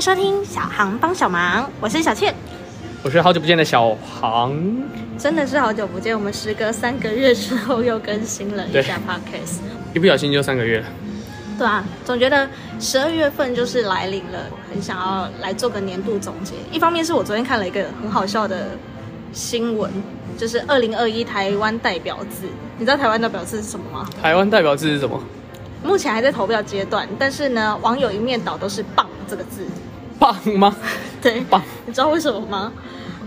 收听小航帮小忙，我是小倩。我是好久不见的小航，真的是好久不见，我们时隔三个月之后又更新了一对下 podcast。一不小心就三个月了。对啊，总觉得十二月份就是来临了，很想要来做个年度总结。一方面是我昨天看了一个很好笑的新闻，就是二零二一台湾代表字。你知道台湾代表字是什么吗？台湾代表字是什么？目前还在投票阶段，但是呢，网友一面倒都是“棒”这个字。棒吗？对，棒你知道为什么吗？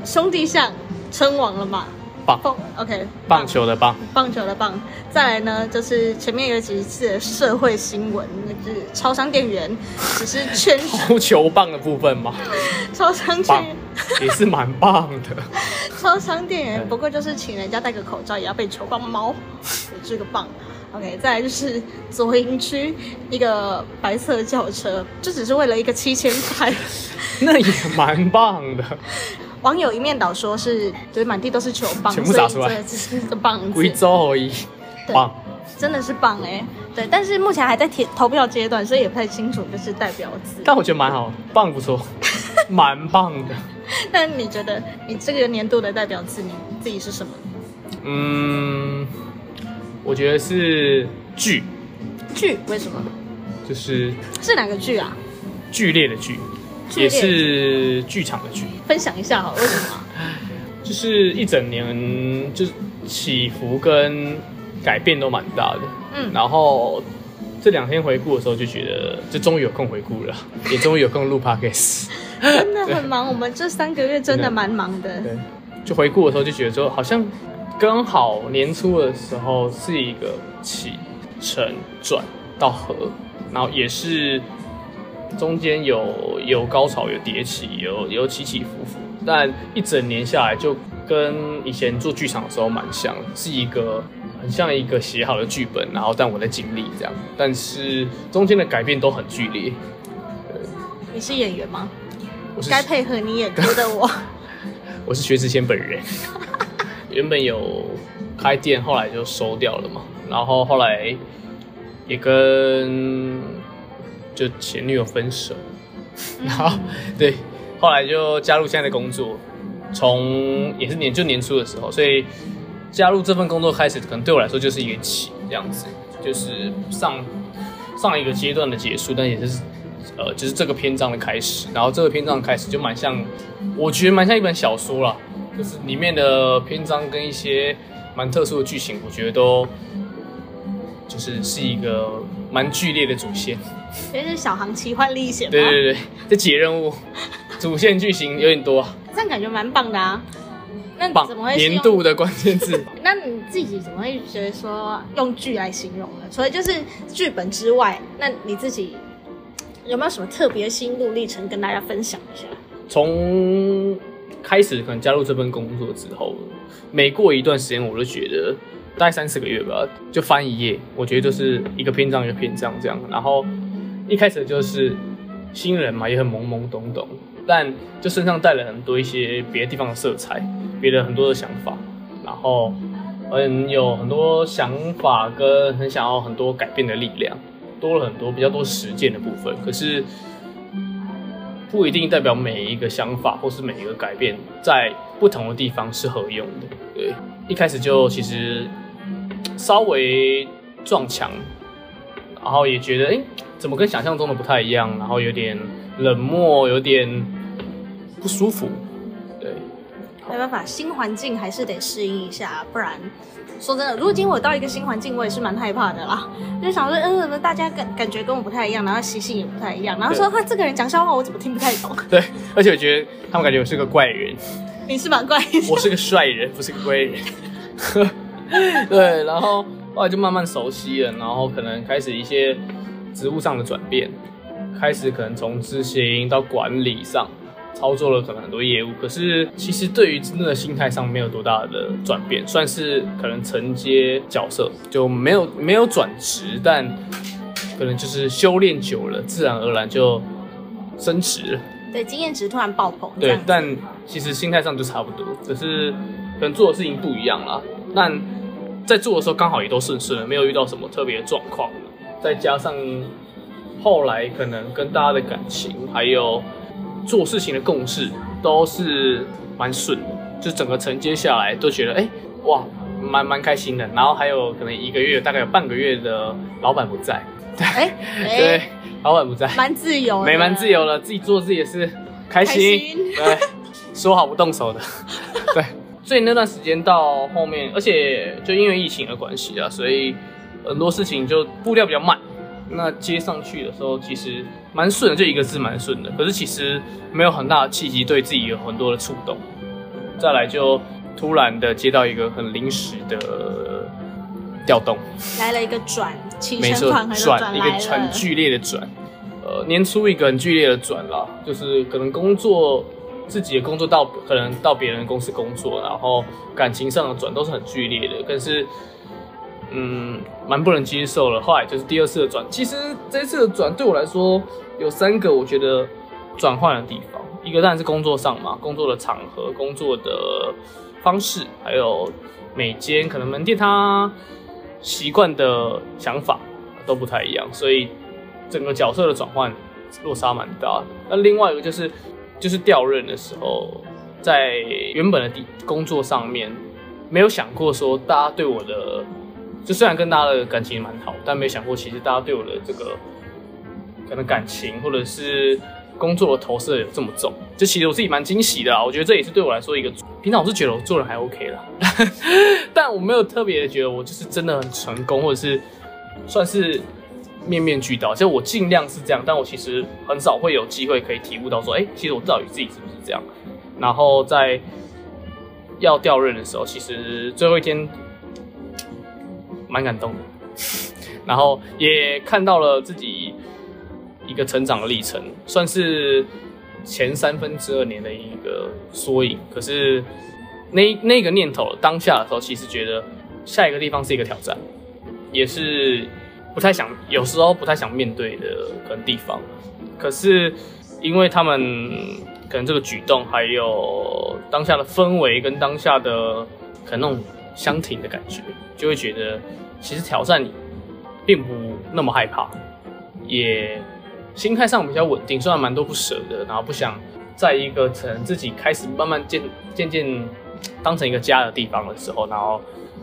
兄弟象称王了嘛？棒棒，OK，棒球的棒， 棒球的棒，再来呢，就是前面有几次的社会新闻，就是超商店员只是 圈投球棒的部分嘛， 超商店棒员，也是蛮棒的。 超商店嗯员，不过就是请人家戴个口罩也要被球棒猫，这个棒。OK，再来就是左营区一个白色轿车，就只是为了一个七千 块，那也蛮棒的。网友一面倒说是就是满地都是球棒，全部所撒以出来这只是个棒子。贵州而已，对棒。真的是棒哎、对，但是目前还在投投票阶段，所以也不太清楚就是代表字。但我觉得蛮好，棒 不错，蛮棒的。那你觉得你这个年度的代表字你自己是什么？嗯，我觉得是剧，剧？为什么？就是是哪个剧啊？剧烈的剧，剧烈也是剧场的剧，分享一下好了，为什么啊？就是一整年就是起伏跟改变都蛮大的。 嗯然后这两天回顾的时候就觉得，就终于有空回顾了，也终于有空录 podcast。真的很忙，我们这三个月真的蛮忙的。对，就回顾的时候就觉得说，好像刚好年初的时候是一个起承转到合，然后也是中间有有高潮，有迭起，有有起起伏伏，但一整年下来就跟以前做剧场的时候蛮像，是一个。很像一个写好的剧本，然后但我在经历这样，但是中间的改变都很剧烈。你是演员吗？我是该配合你演出的 我。我是薛之谦本人。原本有开店，后来就收掉了嘛。然后后来也跟就前女友分手， 然后对，后来就加入现在的工作，从也是年就年初的时候，所以加入这份工作开始，可能对我来说就是一个起，这样子，就是上上一个阶段的结束，但也是呃，就是这个篇章的开始。然后这个篇章的开始就蛮像，我觉得蛮像一本小说啦，就是里面的篇章跟一些蛮特殊的剧情，我觉得都就是是一个蛮剧烈的主线。这是小航奇幻历险吗？对对对，对这几个任务主线剧情有点多啊，这样感觉蛮棒的啊。那你棒怎么会是用年度的关键字。那你自己怎么会觉得说用剧来形容呢？除了就是剧本之外，那你自己有没有什么特别心路历程跟大家分享一下？从开始可能加入这份工作之后，每过一段时间，我就觉得大概三四个月吧，就翻一页，我觉得就是一个篇章一个篇章这样。然后一开始就是新人嘛，也很懵懵懂懂，但就身上带了很多一些别的地方的色彩，别的很多的想法，然后嗯有很多想法跟很想要很多改变的力量，多了很多比较多实践的部分，可是。不一定代表每一个想法或是每一个改变在不同的地方是合用的。对，一开始就其实稍微撞墙，然后也觉得哎、诶怎么跟想象中的不太一样，然后有点冷漠，有点不舒服。对，没办法，新环境还是得适应一下，不然说真的，如果今天我到一个新环境，我也是蛮害怕的啦。就想说，嗯，怎么大家感感觉跟我不太一样，然后习性也不太一样，然后说他这个人讲笑话，我怎么听不太懂？ 对，而且我觉得他们感觉我是个怪人，你是蛮怪异的。我是个帅人，不是个怪人。 对，然后后来就慢慢熟悉了，然后可能开始一些职务上的转变，开始可能从执行到管理上操作了可能很多业务，可是其实对于真正的心态上没有多大的转变，算是可能承接角色就没有没有转职，但可能就是修炼久了，自然而然就升职了。对，经验值突然爆棚。这对样，子但其实心态上就差不多，只是可能做的事情不一样啦。但在做的时候刚好也都顺顺了，没有遇到什么特别的状况。再加上后来可能跟大家的感情，还有做事情的共识都是蛮顺的，就整个承接下来都觉得哎、哇，蛮蛮开心的。然后还有可能一个月大概有半个月的老板不在，哎、 对哎，，老板不在，蛮、自由的，没蛮自由了，自己做自己的事，哦开心。开心对， 说好不动手的。 对，所以那段时间到后面，而且就因为疫情的关系啊，所以很多事情就步调比较慢。那接上去的时候，其实蛮顺的，就一个字蛮顺的。可是其实没有很大的契机，对自己有很多的触动。再来就突然的接到一个很临时的调动，来了一个转，起没身错缓，和就转一个来了，很剧烈的转，呃，年初一个很剧烈的转啦，就是可能工作自己的工作到可能到别人的公司工作，然后感情上的转都是很剧烈的，但是嗯，蛮不能接受了。后来就是第二次的转，其实这次的转对我来说有三个我觉得转换的地方，一个当然是工作上嘛，工作的场合、工作的方式，还有每间可能门店它习惯的想法都不太一样，所以整个角色的转换落差蛮大的。那另外一个就是就是调任的时候，在原本的地工作上面，没有想过说大家对我的，就虽然跟大家的感情蛮好，但没想过其实大家对我的这个可能感情或者是工作的投射有这么重。就其实我自己蛮惊喜的啊，我觉得这也是对我来说一个，平常我是觉得我做人还 OK 啦， 但我没有特别觉得我就是真的很成功，或者是算是面面俱到。就我尽量是这样，但我其实很少会有机会可以体悟到说，哎、其实我到底自己是不是这样。然后在要调任的时候，其实最后一天蛮感动的，然后也看到了自己一个成长的历程，算是前三分之二年的一个缩影。可是那那个念头当下的时候，其实觉得下一个地方是一个挑战，也是不太想，有时候不太想面对的可能地方。可是因为他们可能这个举动，还有当下的氛围跟当下的可能那种相挺的感觉，就会觉得其实挑战你并不那么害怕，也心态上比较稳定，虽然蛮多不舍的，然后不想在一个可能自己开始慢慢渐渐渐当成一个家的地方的时候，然后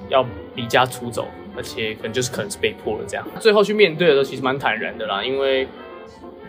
要离家出走，而且可能就是可能是被迫的这样。最后去面对的时候，其实蛮坦然的啦，因为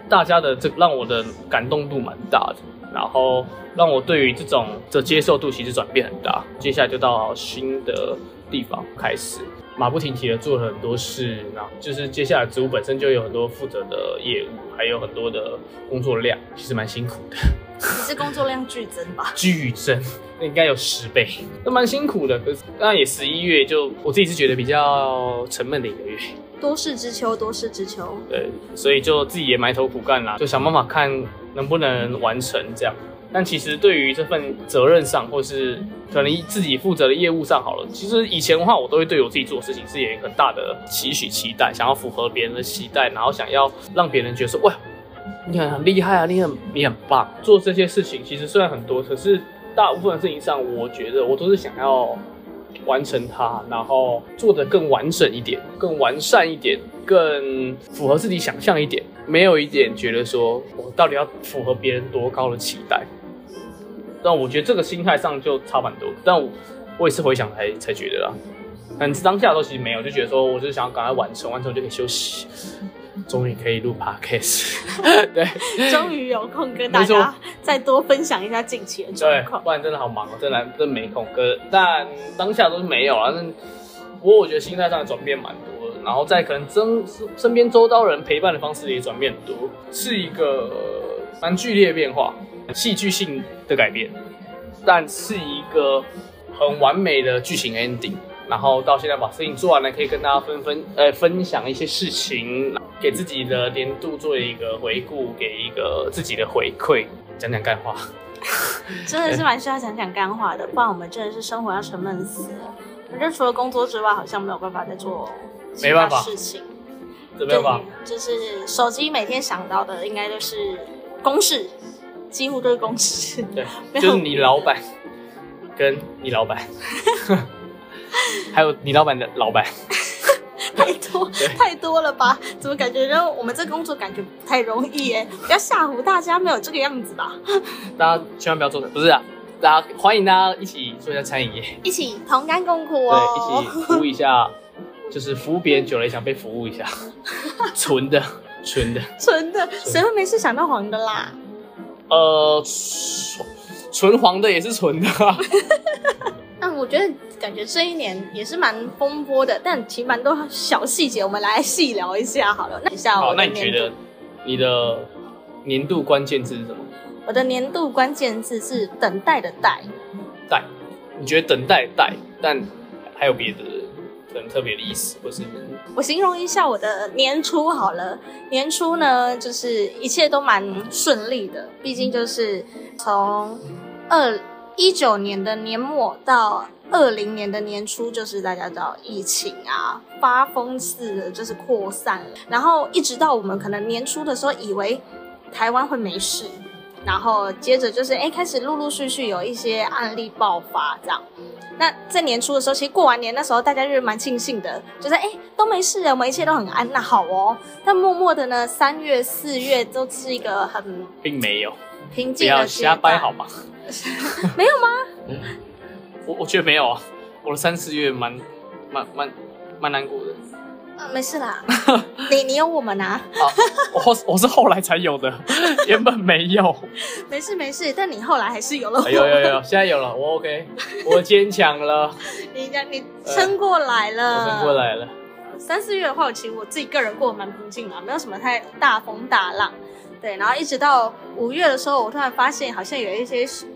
大家的这让我的感动度蛮大的，然后让我对于这种的接受度其实转变很大。接下来就到新的地方开始，马不停蹄的做了很多事，然后就是接下来职务本身就有很多负责的业务，还有很多的工作量，其实蛮辛苦的，只是工作量剧增 吧？剧增。那应该有十倍，那蛮辛苦的。可是当然也十一月就我自己是觉得比较沉闷的一个月，多事之秋，多事之 秋，对，所以就自己也埋头苦干啦，就想办法看能不能完成这样。但其实对于这份责任上，或是可能自己负责的业务上好了，其实以前的话，我都会对我自己做的事情是有很大的期许、期待，想要符合别人的期待，然后想要让别人觉得说，哇，你很很厉害啊，你很你很棒。做这些事情其实虽然很多，可是大部分的事情上，我觉得我都是想要完成它，然后做得更完整一点、更完善一点、更符合自己想象一点，没有一点觉得说我到底要符合别人多高的期待。但我觉得这个心态上就差蛮多，但我我也是回想才才觉得啦。但当下都其实没有，就觉得说我就是想要赶快完成，完成我就可以休息，终于可以录 podcast。对， 终于有空跟大没错家再多分享一下近期的对状，况。不然真的好忙，哦真的真没空哥。但当下都是没有啊，但不过我觉得心态上的转变蛮多的，然后在可能身身边周遭人陪伴的方式也转变很多，是一个呃蛮剧烈的变化，戏剧性的改变，但是一个很完美的剧情 ending。然后到现在把事情做完了，可以跟大家分分呃分享一些事情，给自己的年度做一个回顾，给一个自己的回馈，讲讲干话。真的是蛮需要讲讲干话的，不然我们真的是生活要沉闷死了。我觉得除了工作之外，好像没有办法再做其没他办法事情。这边吧，对，就是手机每天想到的应该就是公式，几乎都是公式。对，没有就是你老板 跟你老板，还有你老板的老板， 太多太多了吧？怎么感觉让我们这工作感觉不太容易耶？不要吓唬大家，没有这个样子吧？大家千万不要做的，不是啊，大家欢迎大家一起做一下餐饮业，一起同甘共苦对，哦一。起服务一下，就是服务别人久了也想被服务一下，纯的纯的，纯的，谁会没事想到黄的啦？呃，纯纯黄的也是纯的、啊，那我觉得感觉这一年也是蛮风波的，但其实蛮多小细节，我们来细聊一下好了。那一下好，我那的你觉年得度，你的年度关键字是什么？我的年度关键字是等待的待，带？你觉得等待带，但还有别的很特别的意思，或是我形容一下我的年初好了，年初呢，就是一切都蛮顺利的，毕竟就是从二一九年的年末到二零年的年初，就是大家知道疫情啊发疯似的，就是扩散了，然后一直到我们可能年初的时候，以为台湾会没事。然后接着就是，哎，开始陆陆续续有一些案例爆发，这样。那在年初的时候，其实过完年那时候，大家就是蛮庆幸的，就是哎、诶都没事了，我们一切都很安，那好哦。但默默的呢，三月、四月都是一个很并没有，平不静要的阶瞎掰段，好吗？ 嗯没有吗？我我觉得没有啊，我的三四月蛮蛮蛮蛮难过的， 呃没事啦，你你有我们啊，我后我是后来才有的， 原本没有。没事没事。但你后来还是有了我，哎有有有，现在有了，我 OK，我坚强 了，你讲你撑过来呃我了，撑过。啊来了。三四月的话，其实我自己个人过得蛮平静的，没有什么太大风大浪。对，然后一直到五月的时候，我突然发现好像有一些嗅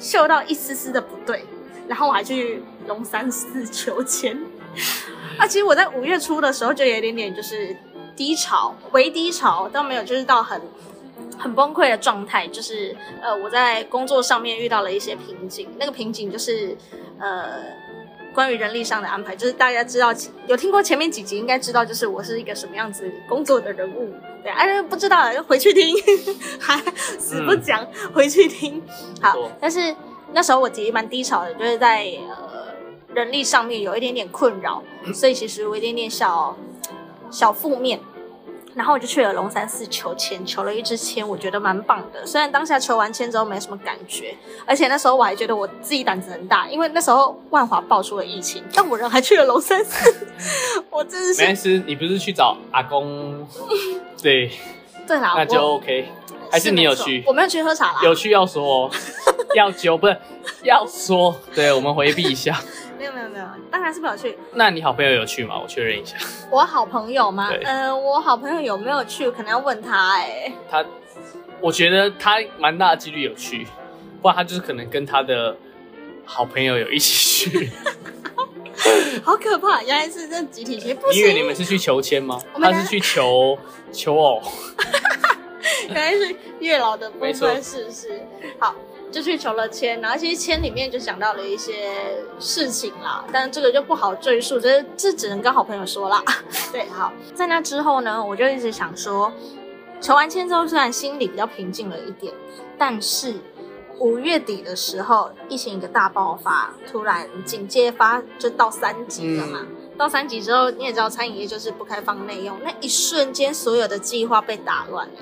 嗅到一丝丝的不对，然后我还去龙山寺求签。啊，其实我在五月初的时候就有一点点就是低潮，微低潮，倒没有就是到很很崩溃的状态，就是呃我在工作上面遇到了一些瓶颈，那个瓶颈就是呃关于人力上的安排，就是大家知道有听过前面几集，应该知道就是我是一个什么样子工作的人物。对，哎、啊，不知道就回去听， 还死不讲，回去听。好没错，但是那时候我其实蛮低潮的，就是在呃人力上面有一点点困扰，所以其实我有一点点小小负面。然后我就去了龙山寺求签，求了一支签，我觉得蛮棒的。虽然当下求完签之后没什么感觉，而且那时候我还觉得我自己胆子很大，因为那时候万华爆出了疫情，但我人还去了龙山寺， 我真的没是关系，你不是去找阿公？ 对，对啦，那就我 OK。还是你有没错去我没有去喝茶啦，有去要 说哦，要揪不是要说，对我们回避 一下。没有没有没有，当然是没有去。那你好朋友有去吗？我确认一下，我好朋友吗对？呃，我好朋友有没有去，可能要问他哎、 他我觉得他蛮大的几率有去，不然他就是可能跟他的好朋友有一起去。好可怕，原来是这集体学，不因为行，你们是去求签吗？我们他来是去求求偶，原来是月老的部没错分，是不是？好，就去求了签，然后其实签里面就讲到了一些事情啦，但这个就不好赘述，这这只能跟好朋友说啦。 对，好，在那之后呢，我就一直想说，求完签之后虽然心里比较平静了一点，但是五月底的时候，疫情一个大爆发，突然警戒发就到三级了嘛。到三级之后，你也知道餐饮业就是不开放内用，那一瞬间所有的计划被打乱了。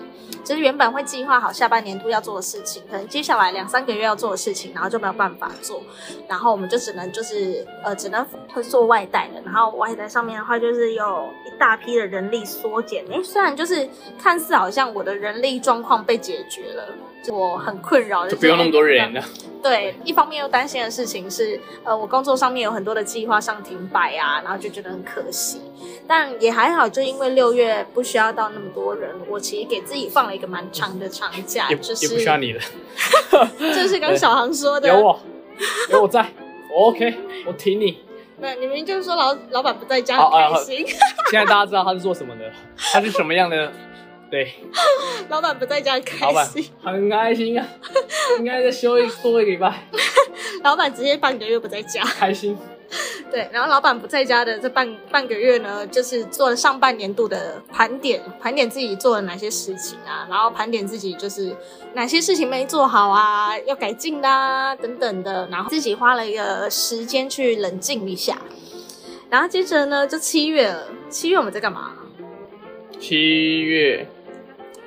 就是原本会计划好下半年度要做的事情，可能接下来两三个月要做的事情，然后就没有办法做，然后我们就只能就是呃，只能会做外带的，然后外带上面的话就是有一大批的人力缩减。诶，虽然就是看似好像我的人力状况被解决了，就我很困扰，就不用那么多人了。对，一方面又担心的事情是，呃，我工作上面有很多的计划上停摆啊，然后就觉得很可惜。但也还好，就因为六月不需要到那么多人，我其实给自己放了一个蛮长的长假，也就也不需要是你了，就是刚小航说的有，我，有我在，我 OK，我挺你。那你们就说老老板不在家哦哦很哦开心， 现在大家知道他是做什么的，他是什么样的？对，老板不在家很开老板心，很开心啊，应该再休一多一个礼拜，老板直接半个月不在家。开心。对，然后老板不在家的这半半个月呢，就是做了上半年度的盘点，盘点自己做了哪些事情啊，然后盘点自己就是哪些事情没做好啊，要改啊进啦、等等的，然后自己花了一个时间去冷静一下。然后接着呢，就七月了。七月我们在干嘛？七月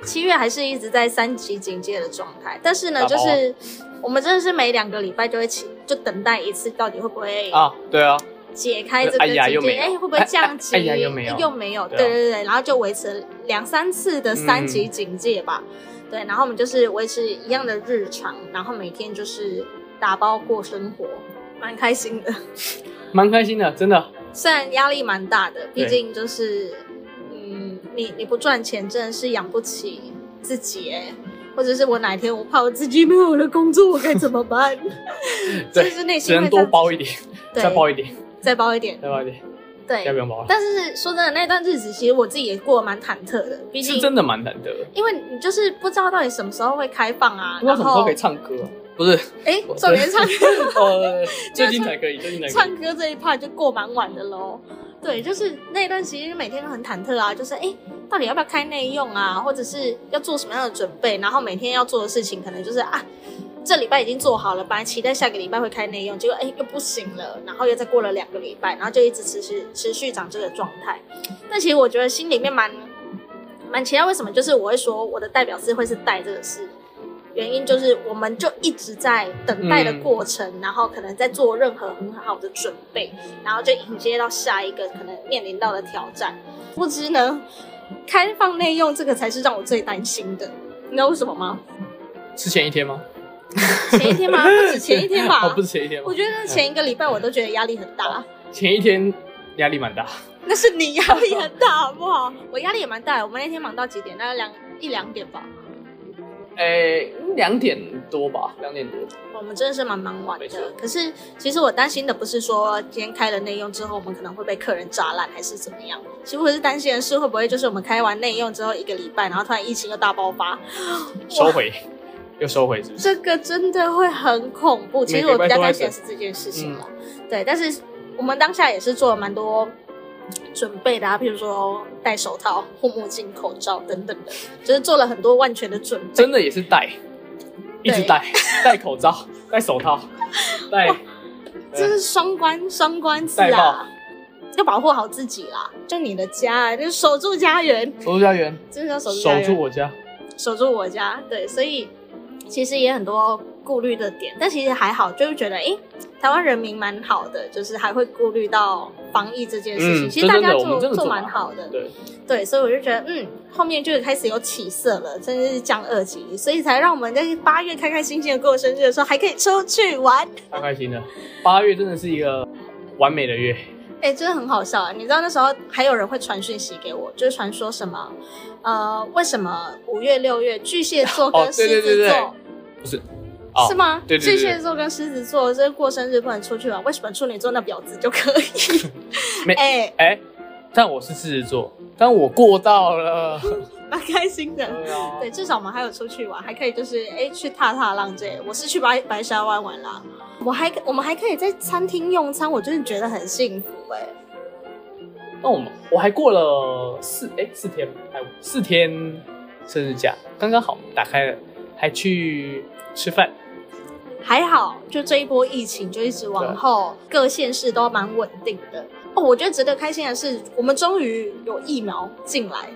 七月还是一直在三级警戒的状态，但是呢，打就包啊是我们真的是每两个礼拜就会起，就等待一次，到底会不会啊，对啊，解开这个哎呀警又戒？没有哎、会不会降级？哎哎哎呀又没有对对对啊对对，然后就维持了两三次的三级警戒吧。嗯对，然后我们就是维持一样的日常，然后每天就是打包过生活，蛮开心的。蛮开心的，真的。虽然压力蛮大的，毕对竟就是，嗯，你你不赚钱真的是养不起自己哎、或者是我哪天我怕我自己没有了工作，我该怎么办？就 对是内只心能会多这样包一点，对再包一点，再包一点，再包一点，要不对。要包了？但是说真的，那段日子其实我自己也过得蛮忐忑的，毕是竟真的蛮难得的，因为你就是不知道到底什么时候会开放啊，不知道然什么时候后可以唱歌啊、不是， 哎，重点是唱歌。呃，最近才可以，最近才可以。唱歌这一 part 就过蛮晚的喽。对，就是那一段时间每天都很忐忑啊，就是哎、诶到底要不要开内用啊，或者是要做什么样的准备？然后每天要做的事情可能就是啊，这礼拜已经做好了，本来期待下个礼拜会开内用，结果哎、诶又不行了，然后又再过了两个礼拜，然后就一直持续持续长这个状态。但其实我觉得心里面蛮蛮期待，为什么？就是我会说我的代表是会是带这个事，原因就是我们就一直在等待的过程，然后可能在做任何很好的准备，然后就迎接到下一个可能面临到的挑战。不知呢，开放内用这个才是让我最担心的。你知道为什么吗？是前一天吗？前一天吗？不止 哦前一天 吧。 哦，不是前一天吗我？觉得前一个礼拜我都觉得压力很大，前一天压力蛮大， 那是你压力很大，好不好？ 我压力也蛮大的。我们那天忙到几点？大概两一两点吧。哎，两点多吧，两点多。我们真的是蛮忙完没错的，可是其实我担心的不是说今天开了内用之后，我们可能会被客人炸烂还是怎么样。其实我是担心的是会不会就是我们开完内用之后一个礼拜，然后突然疫情又大爆发，收回，又收回，是不是？这个真的会很恐怖。其实我比较担心的是这件事情了，对。但是我们当下也是做了蛮多准备的、啊，譬如说戴手套、护目镜、口罩等等的，就是做了很多万全的准备。真的也是戴，一直 戴，戴口罩，戴手套，戴这是双关双关词戴帽啊，要保护好自己啦，就你的家，啊就是守住家园，守住家园，真的要守住家守园，住我家。守住我家。对，所以其实也很多顾虑的点，但其实还好，就会觉得，诶，台湾人民蛮好的，就是还会顾虑到防疫这件事情。嗯其实大家这真的我做们真的做蛮蛮好的，对，对，所以我就觉得，嗯，后面就开始有起色了，真的是降二级，所以才让我们在八月开开心心的过生日的时候，还可以出去玩。蛮开心的。八月真的是一个完美的月，哎、真的很好笑啊！你知道那时候还有人会传讯息给我，就是传说什么，呃，为什么五月、六月巨蟹座哦跟对狮对子对座、不是？哦是吗？对对对对巨蟹座跟狮子座这过生日不能出去玩，为什么处女座那婊子就可 以？没哎、哎、但我是狮子座，但我过到了。蛮开心的。对啊对，至少我们还有出去玩，还可以就是哎、去踏踏浪这类。我是去白白沙湾玩啦，我还我们还可以在餐厅用餐，我真的觉得很幸福哎、 那我们我还过了四哎、四天还有四天生日假，刚刚好打开了，还去吃饭。还好，就这一波疫情就一直往后，各县市都蛮稳定的。哦，我觉得值得开心的是，我们终于有疫苗进来。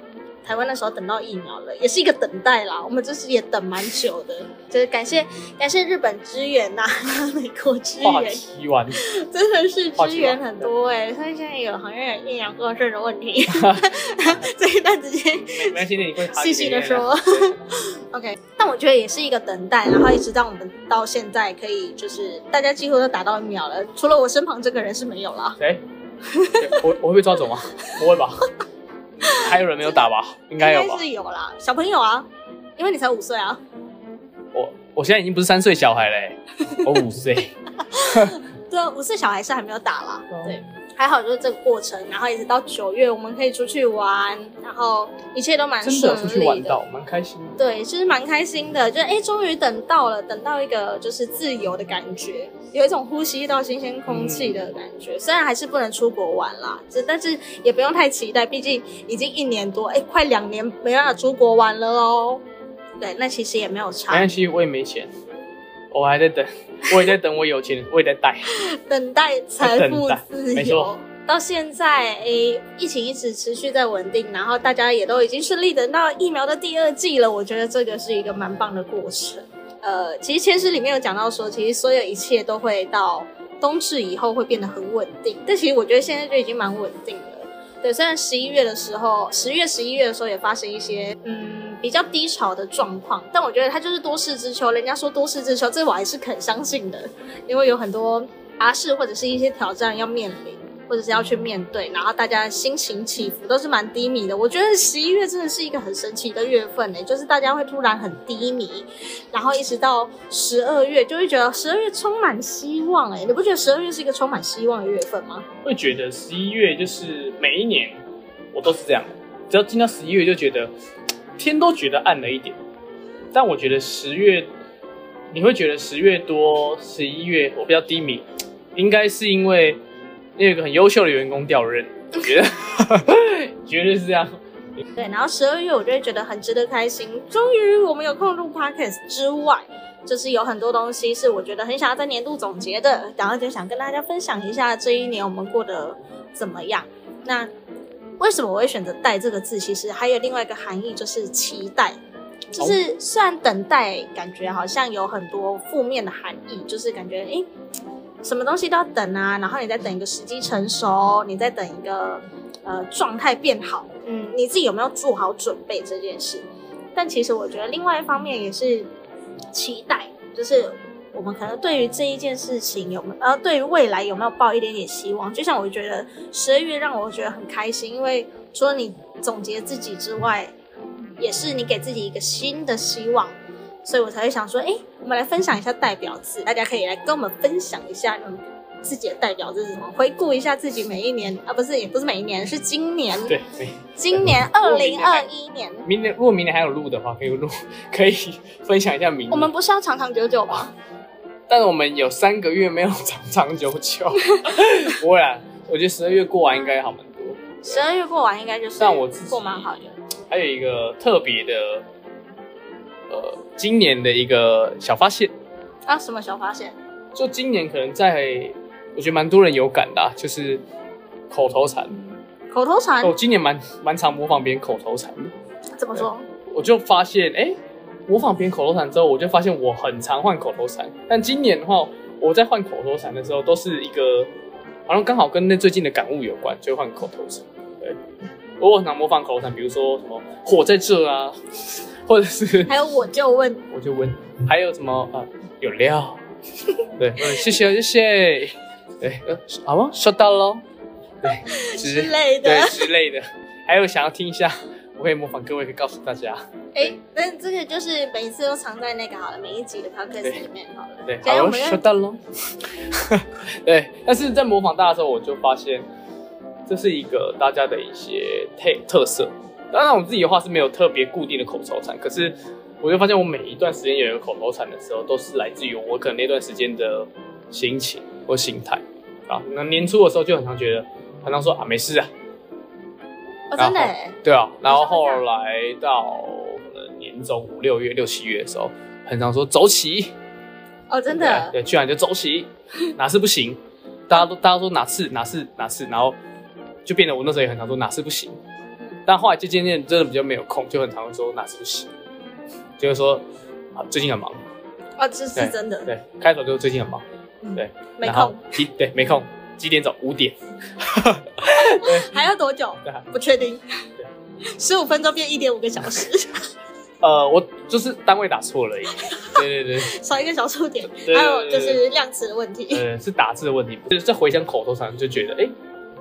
台湾那时候等到疫苗了，也是一个等待啦。我们这是也等蛮久的，就是感谢感谢日本支援呐、啊 美国支话援，题完，真的是话支题援吧很多哎、所以现在有好像有疫苗过剩的问题， 这一段直接没关系，那你会细细地说 OK，但我觉得也是一个等待，然后一直让我们到现在可以，就是大家几乎都打到疫苗了，除了我身旁这个人是没有啦。哎、对我我会被抓走吗？ 不会吧？还有人没有打吧？应该有吧？是有啦，小朋友啊，因为你才五岁啊。我我现在已经不是三岁小孩嘞、我五岁。对啊，五岁小孩是还没有打啦。哦 对，还好就是这个过程，然后一直到九月我们可以出去玩，然后一切都蛮真顺的利出去玩到，蛮开心的。对，其实蛮开心的，就哎，诶终于等到了，等到一个就是自由的感觉，有一种呼吸到新鲜空气的感觉。虽然还是不能出国玩啦，这但是也不用太期待，毕竟已经一年多，哎，快两年没办法出国玩了哦。对，那其实也没有没差关，系，我也没钱， 我还在等，我也在等，我有钱，我也在贷。 等待财富在等待自没由错。到现在，诶，疫情一直持续在稳定，然后大家也都已经顺利等到疫苗的第二季了。我觉得这个是一个蛮棒的过程。呃，其实《千师》里面有讲到说，其实所有一切都会到冬至以后会变得很稳定，但其实我觉得现在就已经蛮稳定了。对，虽然十一月的时候，十月、十一月的时候也发生一些嗯比较低潮的状况，但我觉得它就是多事之秋。人家说多事之秋，这我还是肯相信的，因为有很多杂事或者是一些挑战要面临，或者是要去面对，然后大家心情起伏都是蛮低迷的。我觉得十一月真的是一个很神奇的月份呢、就是大家会突然很低迷，然后一直到十二月就会觉得十二月充满希望哎、你不觉得十二月是一个充满希望的月份吗？会觉得十一月就是每一年我都是这样，只要进到十一月就觉得天都觉得暗了一点。但我觉得十月，你会觉得十月多、十一月我比较低迷，应该是因为那有一个很优秀的员工调任，我觉得绝对是这样。对，然后十二月我就会觉得很值得开心，终于我们有空录 podcast 之外，就是有很多东西是我觉得很想要在年度总结的，然后就想跟大家分享一下这一年我们过得怎么样。那为什么我会选择“待”这个字？其实还有另外一个含义，就是期待。就是虽然等待感觉好像有很多负面的含义，就是感觉诶什么东西都要等啊，然后你再等一个时机成熟，你再等一个呃状态变好，嗯，你自己有没有做好准备这件事？但其实我觉得另外一方面也是期待，就是我们可能对于这一件事情有没有呃，对于未来有没有抱一点点希望？就像我觉得十二月让我觉得很开心，因为除了你总结自己之外，也是你给自己一个新的希望。所以我才会想说，哎、我们来分享一下代表字，大家可以来跟我们分享一下你们自己的代表字是什么，回顾一下自己每一年啊，不是也不是每一年，是今年，对，对今年二零二一年，明年如果明年还有录的话，可以录，可以分享一下明年。我们不是要长长久久吗？但我们有三个月没有长长久久，不会啦。我觉得十二月过完应该好蛮多。十二月过完应该就是，但我自己过蛮好的。还有一个特别的，呃，今年的一个小发现，啊，什么小发现？就今年可能在，我觉得蛮多人有感的啊、就是口头禅。口头禅我今年蛮蛮常模仿别人口头禅的，怎么说？我就发现，哎、模仿别人口头禅之后，我就发现我很常换口头禅。但今年的话，我在换口头禅的时候，都是一个好像刚好跟那最近的感悟有关，就换口头禅。对，我很常模仿口头禅，比如说什么“火在这啊”，或者是 还有我就问，我就问，还有什么呃有料， 对，嗯，谢谢谢谢，对，呃，好吗？收到喽，对， 之类的对之类的，还有想要听一下，我可以模仿各位，可以告诉大家，哎、那这个就是每一次都藏在那个好了，每一集的 podcast 里面好了。对，假好如我喽，们要收到喽， 对，但是在模仿大家的时候，我就发现这是一个大家的一些特特色。当然，我自己的话是没有特别固定的口头禅，可是我就发现我每一段时间有一个口头禅的时候，都是来自于我可能那段时间的心情或心态啊。那年初的时候就很常觉得，很常说啊没事啊，哦，真的、然后欸，对啊。然后好像会后这样来到可能年中五六月、六七月的时候，很常说走起，哦，真的，对，对居然就走起，哪次不行？大家都大家都哪次哪次哪次，然后就变得我那时候也很常说哪次不行，但后来就渐渐真的比较没有空，就很常会说哪次不行，就是说啊最近很忙，哦，这是对真的，对，开头就是最近很忙，嗯对，没然后空，几对没空，几点走？五点，还要多久？对啊，不确定，十五分钟变一点五个小时， 呃，我就是单位打错了而已，对对对，少一个小数点，对还有就对对是量词的问题。呃，是打字的问题，就是在回想口头禅就觉得，哎、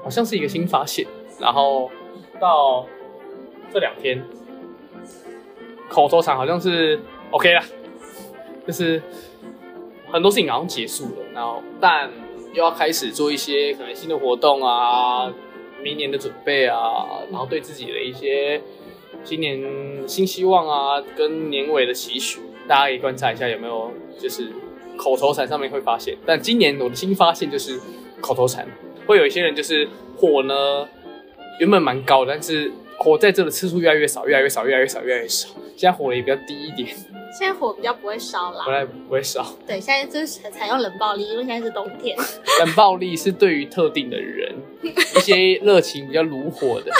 好像是一个新发现。然后到这两天，口头禅好像是 OK 啦，就是很多事情好像结束了，然后但又要开始做一些可能新的活动啊，明年的准备啊，然后对自己的一些新年新希望啊，跟年尾的期许，大家可以观察一下有没有就是口头禅上面会发现。但今年我的新发现就是口头禅，会有一些人就是火呢原本蛮高的，但是火在这的次数越来越少，越来越少，越来越少，越来越少，现在火也比较低一点。现在火比较不会烧啦回。来不会少。对，现在就是采采用冷暴力，因为现在是冬天。冷暴力是对于特定的人，一些热情比较炉火的，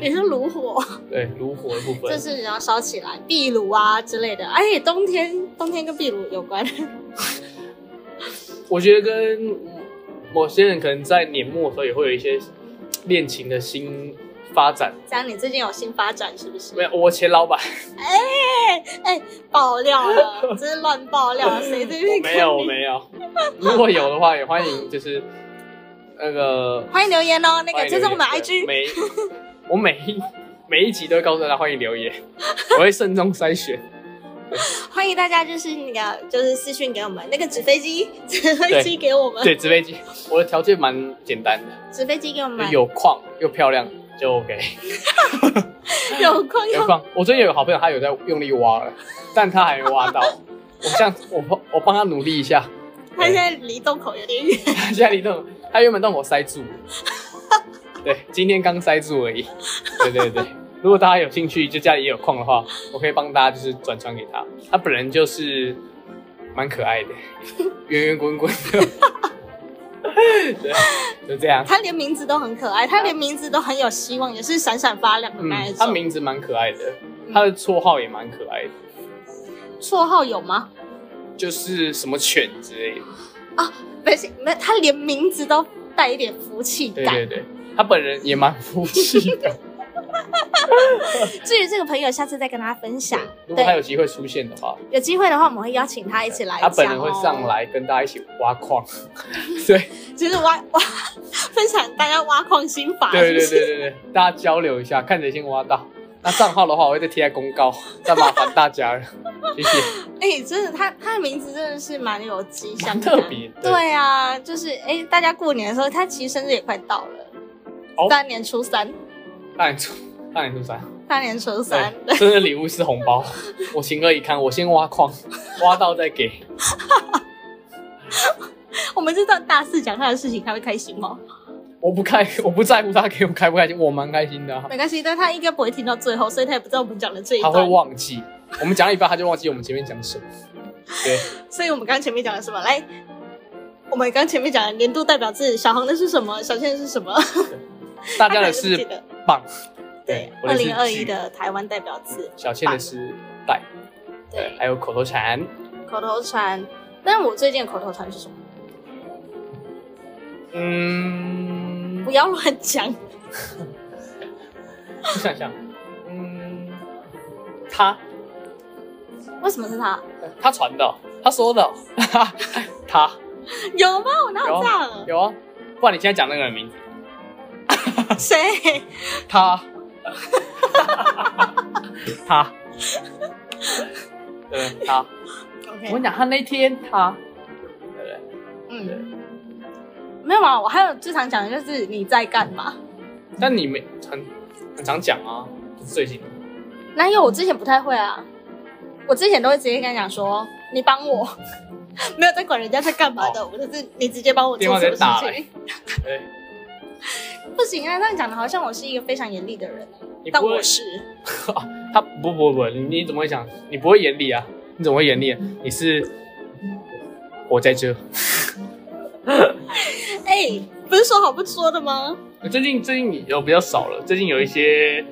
也是炉火，嗯对炉火的部分。就是你要烧起来，壁炉啊之类的。而且冬天，冬天跟壁炉有关。 我觉得跟某些人可能在年末的时候也会有一些恋情的新发展。这样你最近有新发展是不是？没有，我 前老板哎哎、爆料了，这是乱爆料，谁这边没有，我没有。如果有的话，也欢迎就是那个欢迎留言哦，那欢个迎追踪我们留言 IG。每我每一每一集都会告诉大家欢迎留 言，我会慎重筛选。欢迎大家就是那个就是私讯给我们那个纸飞机，纸飞机给我们，对，纸飞机，我的条件蛮简单的，纸飞机给我们，有矿又漂亮就 OK。有空有 有矿，我最近有个好朋友，他有在用力挖了，但他还没挖到。我像我帮我帮他努力一下，他现在离洞口有点远， 他现在离洞，他原本洞口塞住了，对，今天刚塞住而已。对对对，如果大家有兴趣，就家里也有矿的话，我可以帮大家就是转传给他。他本人就是蛮可爱的，圆圆滚滚的。对，就这样。他连名字都很可爱，他连名字都很有希望，也是闪闪发亮的嗯那一，他种。名字蛮可爱的，他的绰号也蛮可爱的，绰号有吗？就是什么犬之类的。不是，没，他连名字都带一点福气对感。对对，他本人也蛮服气的。至于这个朋友，下次再跟大家分享。如果他对，有机会出现的话，有机会的话，我们会邀请他一起来讲、他哦。哦本人会上来跟大家一起挖矿。 对就是挖挖分享大家挖矿心法，对对是不是对对对，大家交流一下，看谁先挖到。那账号的话，我会再贴在公 告，再麻烦大家了，谢谢。 哎、真的，他他的名字真的是蛮有吉祥蛮的，特别的对啊，就是哎、大家过年的时候，他其实生日也快到了，哦大年初三，大年初，大年初三，大年初三，对，生日礼物是红包。我情何以堪？我先挖 矿，挖到再给。我们这段大四讲他的事情，他会开心吗？我不开，我不在乎他给我开不开心，我蛮开心的啊、没关系，但他应该不会听到最后，所以他也不知道我们讲的这一他会段。忘记，我们讲一半他就忘记我们前面讲什么。对。所以我们刚刚前面讲的什么？来，我们刚前面讲的年度代表字，小红的是什么？小倩的是什么？大家他可能不的记是得棒，对，我二的是零二一举的台湾代表字，小倩的是带，对，对，还有口头禅，口头禅。但我最近的口头禅是什么？嗯不，要乱讲。我想想，嗯，他为什么是他？他传的，哦他说的，哈哈 他有吗？我哪有有这样？有啊，不然你现在讲那个人名字，啊谁？他，他，对，他， 我跟 OK，你讲，他那天他，对嗯，没有啊。我还有最常讲的就是你在干嘛？不对？但你没很很常讲啊，不是最近，哪有？我之前不太会啊。我之前都会直接跟他讲说，你帮我， 没有在管人家在干嘛的，我就是你直接帮我哦电做话什直么接打欸事来情。，对，不行啊，那你讲的好像我是一个非常严厉的人，啊你但不会我是 他不不不，你你怎么会想？你不会严厉啊？你怎么会严厉、啊？你是活在这。哎、不是说好不说的吗？呃最近最近有比较少了，最近有一些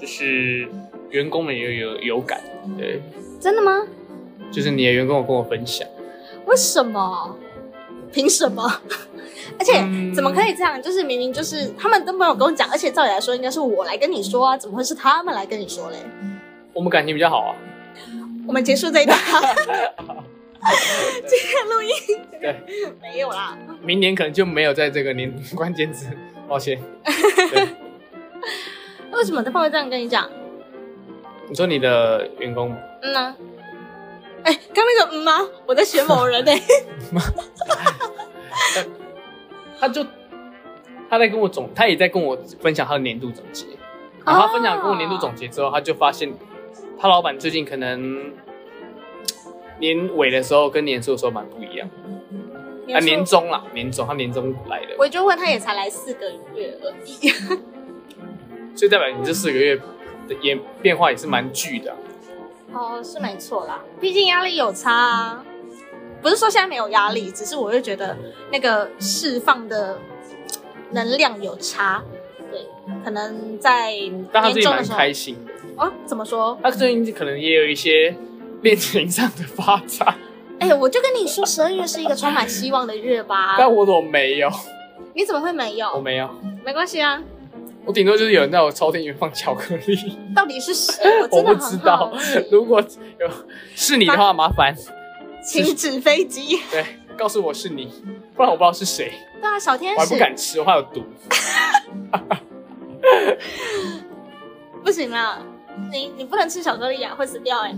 就是员工们有有有感，对，真的吗？就是你的员工有跟我分享，为什么？凭什么？ 而且、嗯怎么可以这样？就是明明就是他们都没有跟我讲，而且照理来说应该是我来跟你说啊，怎么会是他们来跟你说嘞？我们感情比较好啊，我们结束这一 段， 今天录音对，没有啦。明年可能就没有在这个年 关键字，抱歉。对，为什么他们会这样跟你讲？你说你的员工吗嗯呐、哎、刚那个嗯啊，我在学某人呢、他就他在跟我总，他也在跟我分享他的年度总结。然后他分享跟我年度总结之后，他就发现他老板最近可能年尾的时候跟年初的时候蛮不一样 啊，初年终啦，年终他年终来的，我就问他也才来四个月而已， 所以代表你这四个月的也变化也是蛮巨的啊、哦，是没错啦，毕竟压力有差啊。不是说现在没有压力，只是我就觉得那个释放的能量有差。对，可能在年但他自己终的蛮时候开心的，哦，怎么说？他最近可能也有一些恋情上的发展，哎、我就跟你说，十二月是一个充满希望的月吧。 但我怎么没有？你怎么会没我有？没有，没关系啊，我顶多就是有人在我抽屉里面放巧克力，到底是 谁？我我真的不知很道好奇。。 如果有是你的话，麻烦请纸飞机。 对告诉我是你，不然我不知道是谁，对啊，小天我还不使敢吃，我怕有毒。不行啊，你你不能吃巧克力啊，会死掉哎、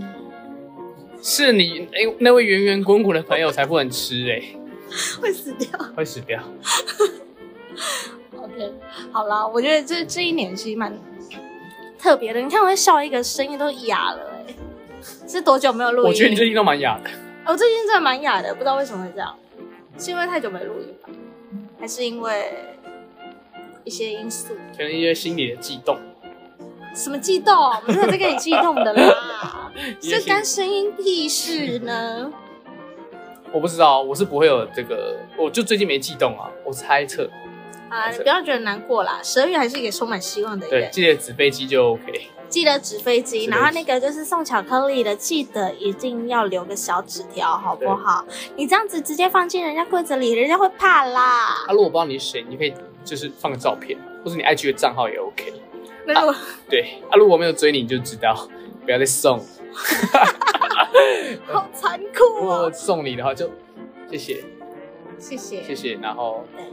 是你哎、那位圆圆滚滚的朋友才不能吃哎、会死掉。会死掉。 OK，好啦，我觉得这这一年其实蛮特别的。你看，我在笑一个声音都哑了、欸，是多久没有录音？我觉得你最近都蛮哑的，哦我最近真的蛮哑的，不知道为什么会这样，是因为太久没录音吧，还是因为一些因素？可能一些心理的悸动。什么悸动？我们没有在跟你悸动的 啦，一些这心干声音屁事呢？我不知道，我是不会有这个，我就最近没悸动啊，我猜测。啊，你不要觉得难过啦，十二月还是一个充满希望的对月，。记得纸飞机就 OK。记得纸飞机，纸飞机然后那个就是送巧克力的，记得一定要留个小纸条，好不好？你这样子直接放进人家柜子里，人家会怕啦啊，。如果不知道你是谁，你可以就是放个照片，或是你 IG 的账号也 OK。那如果、对，啊，如果没有追你，你就知道，不要再送。 好残如酷果哦我！送你的话，就谢谢谢谢，谢谢，然后对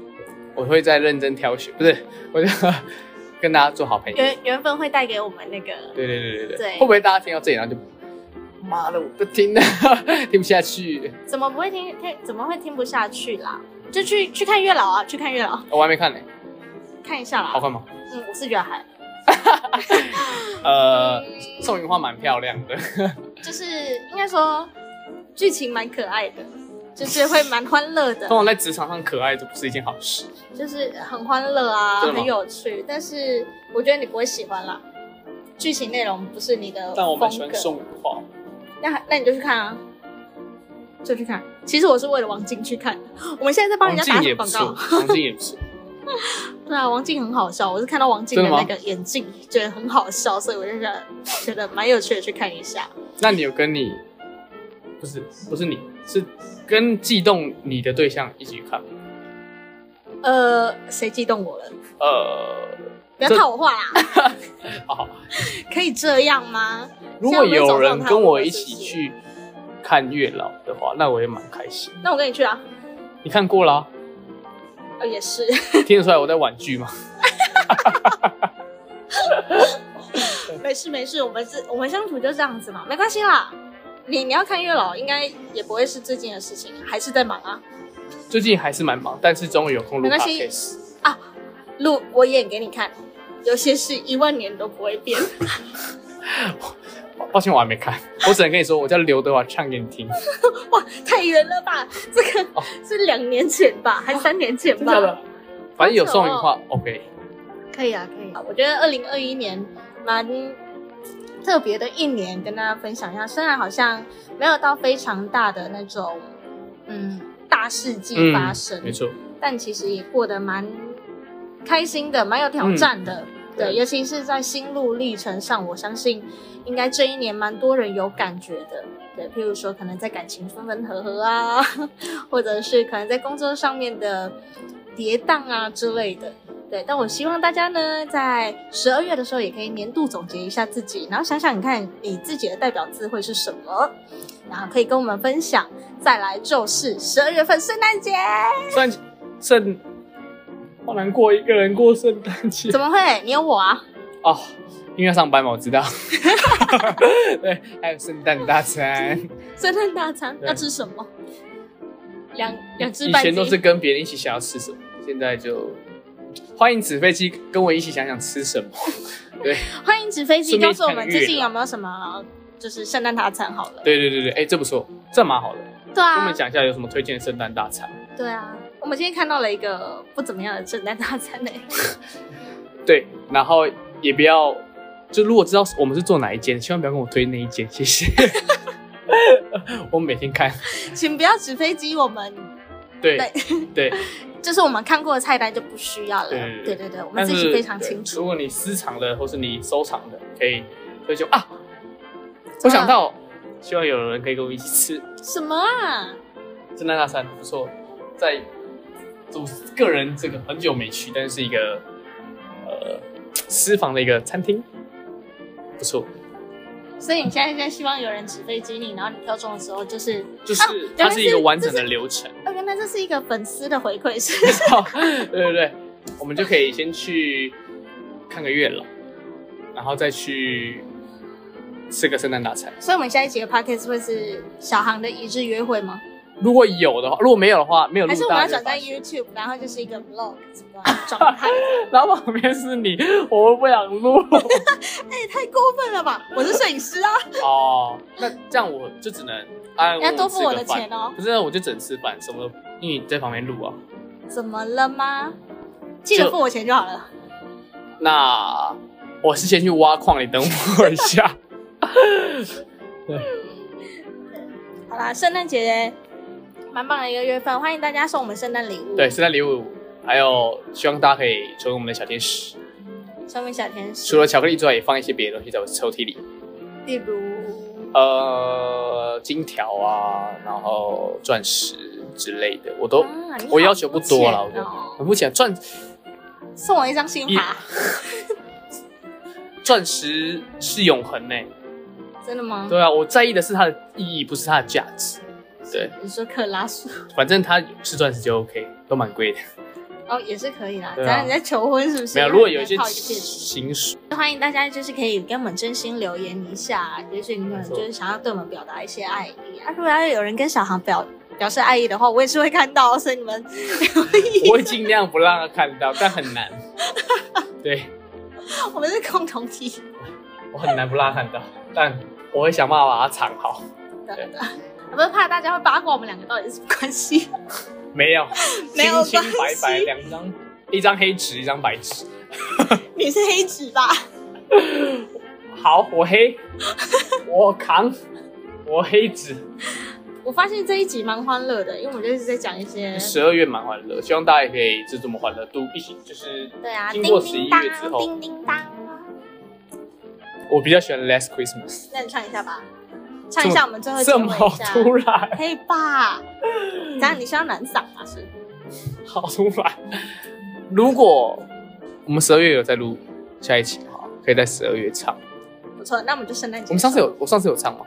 我会再认真挑选，不是， 我就跟大家做好朋友。缘缘分会带给我们那个。对对对对对，对会不会大家听到这里，然后就妈的，我不听了， 听不下去，怎么不会听听？怎么会听不下去啦？就去去看月老啊，去看月老，我还哦没看呢、看一下好啦。看吗？嗯，我是觉得还呃，宋云花蛮漂亮的， 就是应该说剧情蛮可爱的，就是会蛮欢乐的通。常在职场上可爱这不是一件好事。就是很欢乐啊，真的吗很有趣，但是我觉得你不会喜欢啦。剧情内容不是你的但我蛮喜风欢格，宋云花，那那你就去看啊，就去看。其实我是为了王静去看的， 我们现在在帮王人家静打也不广告。，错啊王静也不 错。对啊，王静很好笑，我是看到王静的真的吗那个眼镜，觉得很好笑，所以我就觉得觉得蛮有趣的，去看一下。那你有跟你不是不是你是跟悸动你的对象一起去看吗？呃，谁激动我了？呃，不要这套我话啦， 好， 可以这样吗？如果有人跟我一起去看月老的话，那我也蛮开心。那我跟你去啊，你看 过啦、呃，也是。听得出来我在婉拒吗？没事没事，我们是我们相处就这样子嘛，没关系啦。你你要看月老，应该也不会是最近的事情，还是在忙啊。最近还是蛮忙，但是终于有空录没关系 podcast。啊录我演给你看，有些事一万年都不会变。哦抱歉，我还没 看，我只能跟你说，我叫刘德华唱给你听。哇，太远了吧？这个、哦是两年前吧，还三年前吧？反正有送的哦话，OK。可以啊，可以啊。我觉得二零二一年蛮特别的一年，跟大家分享一下。虽然好像没有到非常大的那种，嗯，大事件发生，没错，但其实也过得蛮开心的，蛮有挑战的。对，对尤其是在心路历程上，我相信应该这一年蛮多人有感觉的。对，譬如说可能在感情分分合合啊， 或者是可能在工作上面的跌宕啊之类的。对，但我希望大家呢，在十二月的时候也可以年度总结一下自己，然后想想你看你自己的代表字会是什么，然后可以跟我们分享。再来就是十二月份圣诞节。圣圣，好难过一个人过圣 诞节怎么会？你有我啊？哦，因为要上班嘛，我知道。 对，还有圣诞大餐，圣诞大餐对要吃什么？两两只以半前斤都是跟别人一起想要吃什么，现在就欢迎纸飞机跟我一起想想吃什么。 对，欢迎纸飞机顺便告诉我们看月最近亮有没有什么就是圣诞大餐好了。对对对对，哎、这不错，这蛮好的。对跟我啊们，讲一下有什么推荐的圣诞大餐。对啊，我们今天看到了一 个不怎么样的圣诞大餐呢、对，然后也不要就如果知道我们是做哪一间，千万不要跟我推那一间，谢 谢。我每天看，请不要纸飞机我们，对对对，就是 我们看过的菜单就不需要了。对对对对我们但自是己非常清对如楚。果你私藏的或是你收藏的，可以所以就啊，我想啊到，希望有人可以跟我一起吃什么啊？真奈那山，不错，在我个人这个很久没去，但是一个呃私房的一个餐厅，不错，所以你现在在希望有人纸飞机你，然后你挑中的时候就是就是啊原它来是一个完整这的流程。是哦，原来这是一个粉丝的回馈是对对对，我们就可以先去看个月老，然后再去吃个圣诞大餐。所以我们下一集的 podcast 会是小航的一日约会吗？如果有的话，如果没有的话，没有录还是我们大要家转就发战现。 YouTube，然后就是一个 vlog 什么状 态？然后旁边是你，我不想录。哎、太过分了吧！我是摄影师啊， 哦，那这样我就只能 安要稳多付我的吃个饭钱哦不是，我就只能吃饭，什么都因为你在旁边录啊。怎么了吗？记得就付我钱就好了。那我是先去挖矿，你等我一下。好啦，圣诞节蛮棒的一个月份，欢迎大家送我们圣诞礼物。对，，圣诞礼物，还有希望大家可以成为我们的小天使。送给小天使，除了巧克力之外，也放一些别的东西在我抽屉里，例如呃，金条啊，然后钻石之类的，我都、啊你好哦我要求不多了，我肤就浅哦很不想钻送我一张新 卡，钻石是永恒呢、真的吗？对啊，我在意的是它的意义，不是它的价值。对，你说克拉苏反正它是钻石就 OK，都蛮贵的。哦，也是可以啦。对当啊然你在求婚是不是？没有，如果有一些套个戒指情书，欢迎大家就是可以跟我们真心留言一下，也许你们没错就是想要对我们表达一些爱意啊。如果要有人跟小航表表示爱意的话，我也是会看到，所以你们 我会尽量不让他看到，但很 难。对我们是共同体。我很难不让他看到，但我会想办法把它藏好。 对我不是怕大家会八卦我们两个到底是什么关系， 没有，没有清清白关白，系两张，一张黑纸，一张白纸。你是黑纸吧？好，我 黑，我扛，我黑纸。我发现这一集蛮欢乐的，因为我们就是在讲一 些十二月蛮欢乐，希望大家也可以就这么欢乐度，一起就是对啊，经叮过11叮当月之后，叮叮当。我比较喜欢 Last Christmas。那你唱一下吧，唱一下我们最后结这尾么一下，突然，可以吧？这样你是要难嗓啊？是？好突然。如果我们十二月有在录下一期的话，可以在十二月唱。不错，那我们就圣诞节。我们上次有，我上次有唱吗？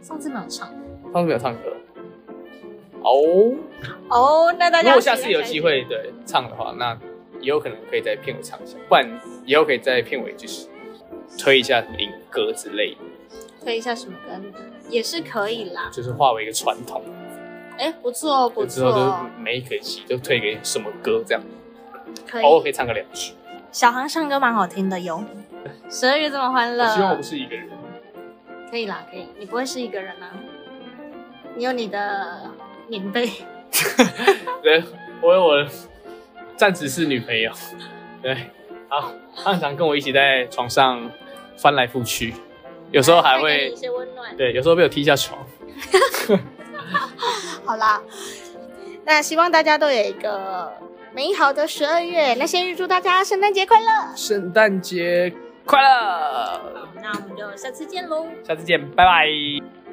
上次没有唱上次没有唱歌。哦，哦。那大家如要果期待下次有机会对唱的话，那以后可能可以在片尾唱一下，不然以后可以在片尾就是推一下什么影歌之类的，推一下什么歌也是可以啦。就是化为一个传统。哎，不错哦不就之后就错，每一个期就推给什么歌这样，可偶尔可以。以唱个哦两句。小航唱歌蛮好听的哟。十二月这么欢我希望我乐不，是一个人，可以啦，可以。你不会是一个人啊，你有你的棉被，对，我有我的暂时是女朋友，对，好，她很常跟我一起在床上翻来覆去，有时候还给会你一些温暖。对，有时候被我踢下床。好啦，那希望大家都有一个美好的十二月。那先预祝大家圣诞节快乐。圣诞节快乐，那我们就下次见喽。下次见，拜拜。